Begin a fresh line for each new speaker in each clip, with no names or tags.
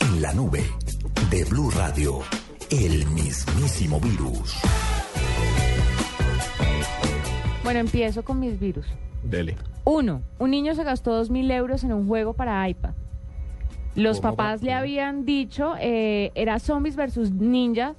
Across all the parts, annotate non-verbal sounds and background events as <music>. En la nube de Blue Radio, el mismísimo virus.
Bueno, empiezo con mis virus.
Dele.
Uno, un niño se gastó dos mil euros en un juego para iPad. Los
¿Cómo
papás
va?
le habían dicho eh, era zombies versus ninjas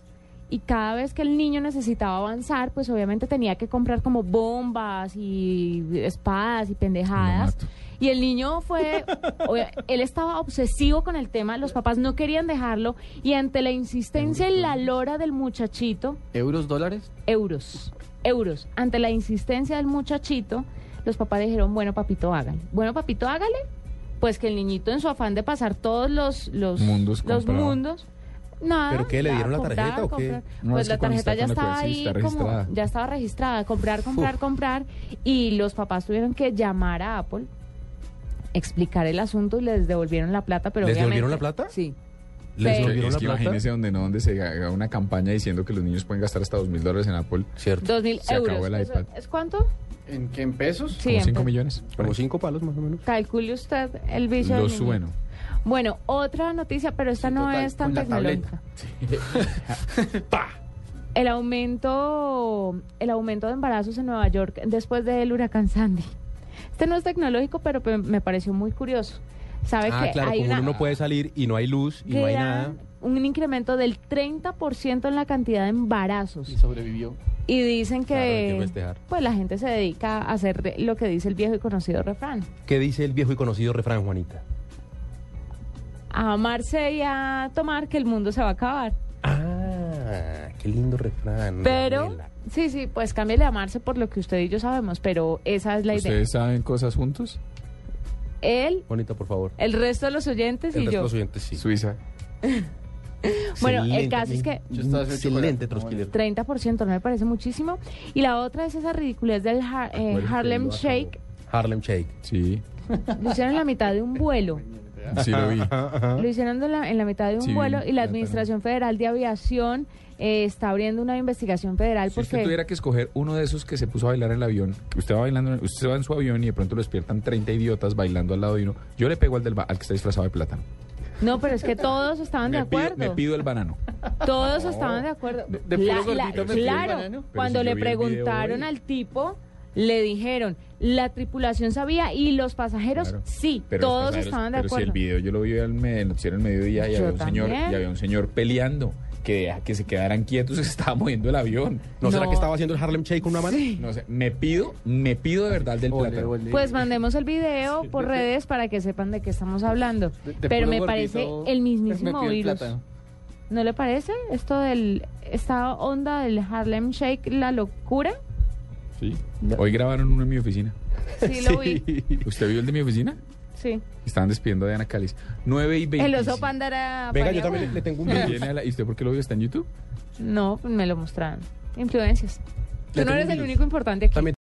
y cada vez que el niño necesitaba avanzar, pues obviamente tenía que comprar como bombas y espadas y pendejadas.
mato.
Y el niño fue, obvia- él estaba obsesivo con el tema, los papás no querían dejarlo y ante la insistencia y la lora del muchachito,
¿Euros, dólares?
euros, euros. Ante la insistencia del muchachito, los papás dijeron, bueno, papito, hágale. Bueno, papito, hágale. Pues que el niñito en su afán de pasar todos los, los
Mundos
los
compraba.
mundos, nada.
¿Pero qué, le
ya,
dieron la
comprar,
tarjeta o qué?
comprar.
No,
pues
es que
la
cuando
tarjeta ya
está con la
estaba
cual sí
ahí,
está
como,
registrada.
ya estaba registrada. Comprar, comprar,
Uf.
comprar. Y los papás tuvieron que llamar a Apple, explicar el asunto y les devolvieron la plata. Pero
¿Les
obviamente-
devolvieron la plata?
Sí.
¿Les
Sí.
devolvieron
Es
la
que
plata?
imagínese donde no, donde se haga una campaña diciendo que los niños pueden gastar hasta dos mil dólares en Apple.
Cierto.
Dos mil
Se acabó
euros.
el
¿Eso
iPad.
¿Es cuánto?
¿En qué? ¿En pesos?
Sí,
como cinco
entonces,
millones. por
Como
ahí.
cinco palos más o menos.
Calcule usted el vicio del
Lo
niño.
sueno.
Bueno, otra noticia, pero esta
Sí,
no
total,
es tan
con la
tecnológica.
<laughs>
<laughs> el aumento, el aumento de embarazos en Nueva York después del huracán Sandy. Este no es tecnológico, pero pe- me pareció muy curioso. Sabe
Ah,
que
claro,
hay
como
una
uno no puede salir y no hay luz y no hay nada.
gran- un incremento del 30% en la cantidad de embarazos.
Y sobrevivió.
Y dicen
Claro, hay que
que
festejar.
pues la gente se dedica a hacer lo que dice el viejo y conocido refrán.
¿Qué dice el viejo y conocido refrán, Juanita?
A amarse y a tomar que el mundo se va a acabar.
Ah, qué lindo refrán.
Pero,
Gabriela.
sí, sí, pues cámbiale a amarse por lo que usted y yo sabemos, pero esa es la idea.
¿Ustedes saben cosas juntos?
Él,
Juanita, por favor.
el resto de los oyentes
el
y
resto de
yo.
los oyentes, sí.
Suiza.
Bueno, el
Excelente,
caso es
miren.
que-
Yo estaba haciendo
Excelente,
chocolate, como
Trotskiller.
30% no me parece muchísimo. Y la otra es esa ridiculez del Har- eh,
Acuérdense,
Harlem
lo acabó.
Shake.
Harlem Shake.
Sí,
Lo hicieron en la mitad de un vuelo.
sí lo vi.
Lo hicieron de la- en la mitad de un
¿Ah? Sí,
vuelo y la
plátano.
Administración Federal de Aviación eh, está abriendo una investigación federal
Si usted
porque...
tuviera que escoger uno de esos que se puso a bailar en el avión, que usted va bailando, en- usted va en su avión y de pronto lo despiertan 30 idiotas bailando al lado de uno, yo le pego al, del, ba- al que está disfrazado de plátano.
No, pero es que todos estaban Ah, de
me, pido,
acuerdo.
me pido el banano.
Todos estaban de acuerdo.
De- de puro gordito me pidió el
claro,
banano.
cuando
Pero
le
si yo vi el video
preguntaron
hoy.
al tipo, le dijeron, la tripulación sabía y los pasajeros
Claro.
sí,
Pero los
todos
pasajeros-
estaban de
Pero si
acuerdo.
el video yo lo vi al me- en el noticiero al mediodía y
Yo
había, un señor,
también.
y había un señor peleando que, que se quedaran quietos, <laughs> se estaba moviendo el avión.
¿No, será
No.
que estaba haciendo el Harlem Shake con una mano? <laughs>
No sé, me pido, me pido de verdad del
Ole,
plátano.
ole. <laughs>
Pues mandemos el video por
de-
redes para que sepan de qué estamos hablando.
De- de
Pero
puro
me
gordito,
parece el mismísimo
me pidió Pues el
virus.
plátano.
¿No le parece esto del esta onda del Harlem Shake, la locura?
Sí. Hoy grabaron uno en mi oficina.
Sí lo vi.
¿Usted vio el de mi oficina?
Sí.
Estaban despidiendo a Diana Cáliz. 9 y 20.
El oso panda era
Venga,
paniagua.
yo también le- le tengo un virus.
¿Y usted por qué lo vio? ¿Está en YouTube?
No, me lo mostraron. Influencias.
Le
Tú no
tengo
eres
un
el
virus.
único importante aquí.
También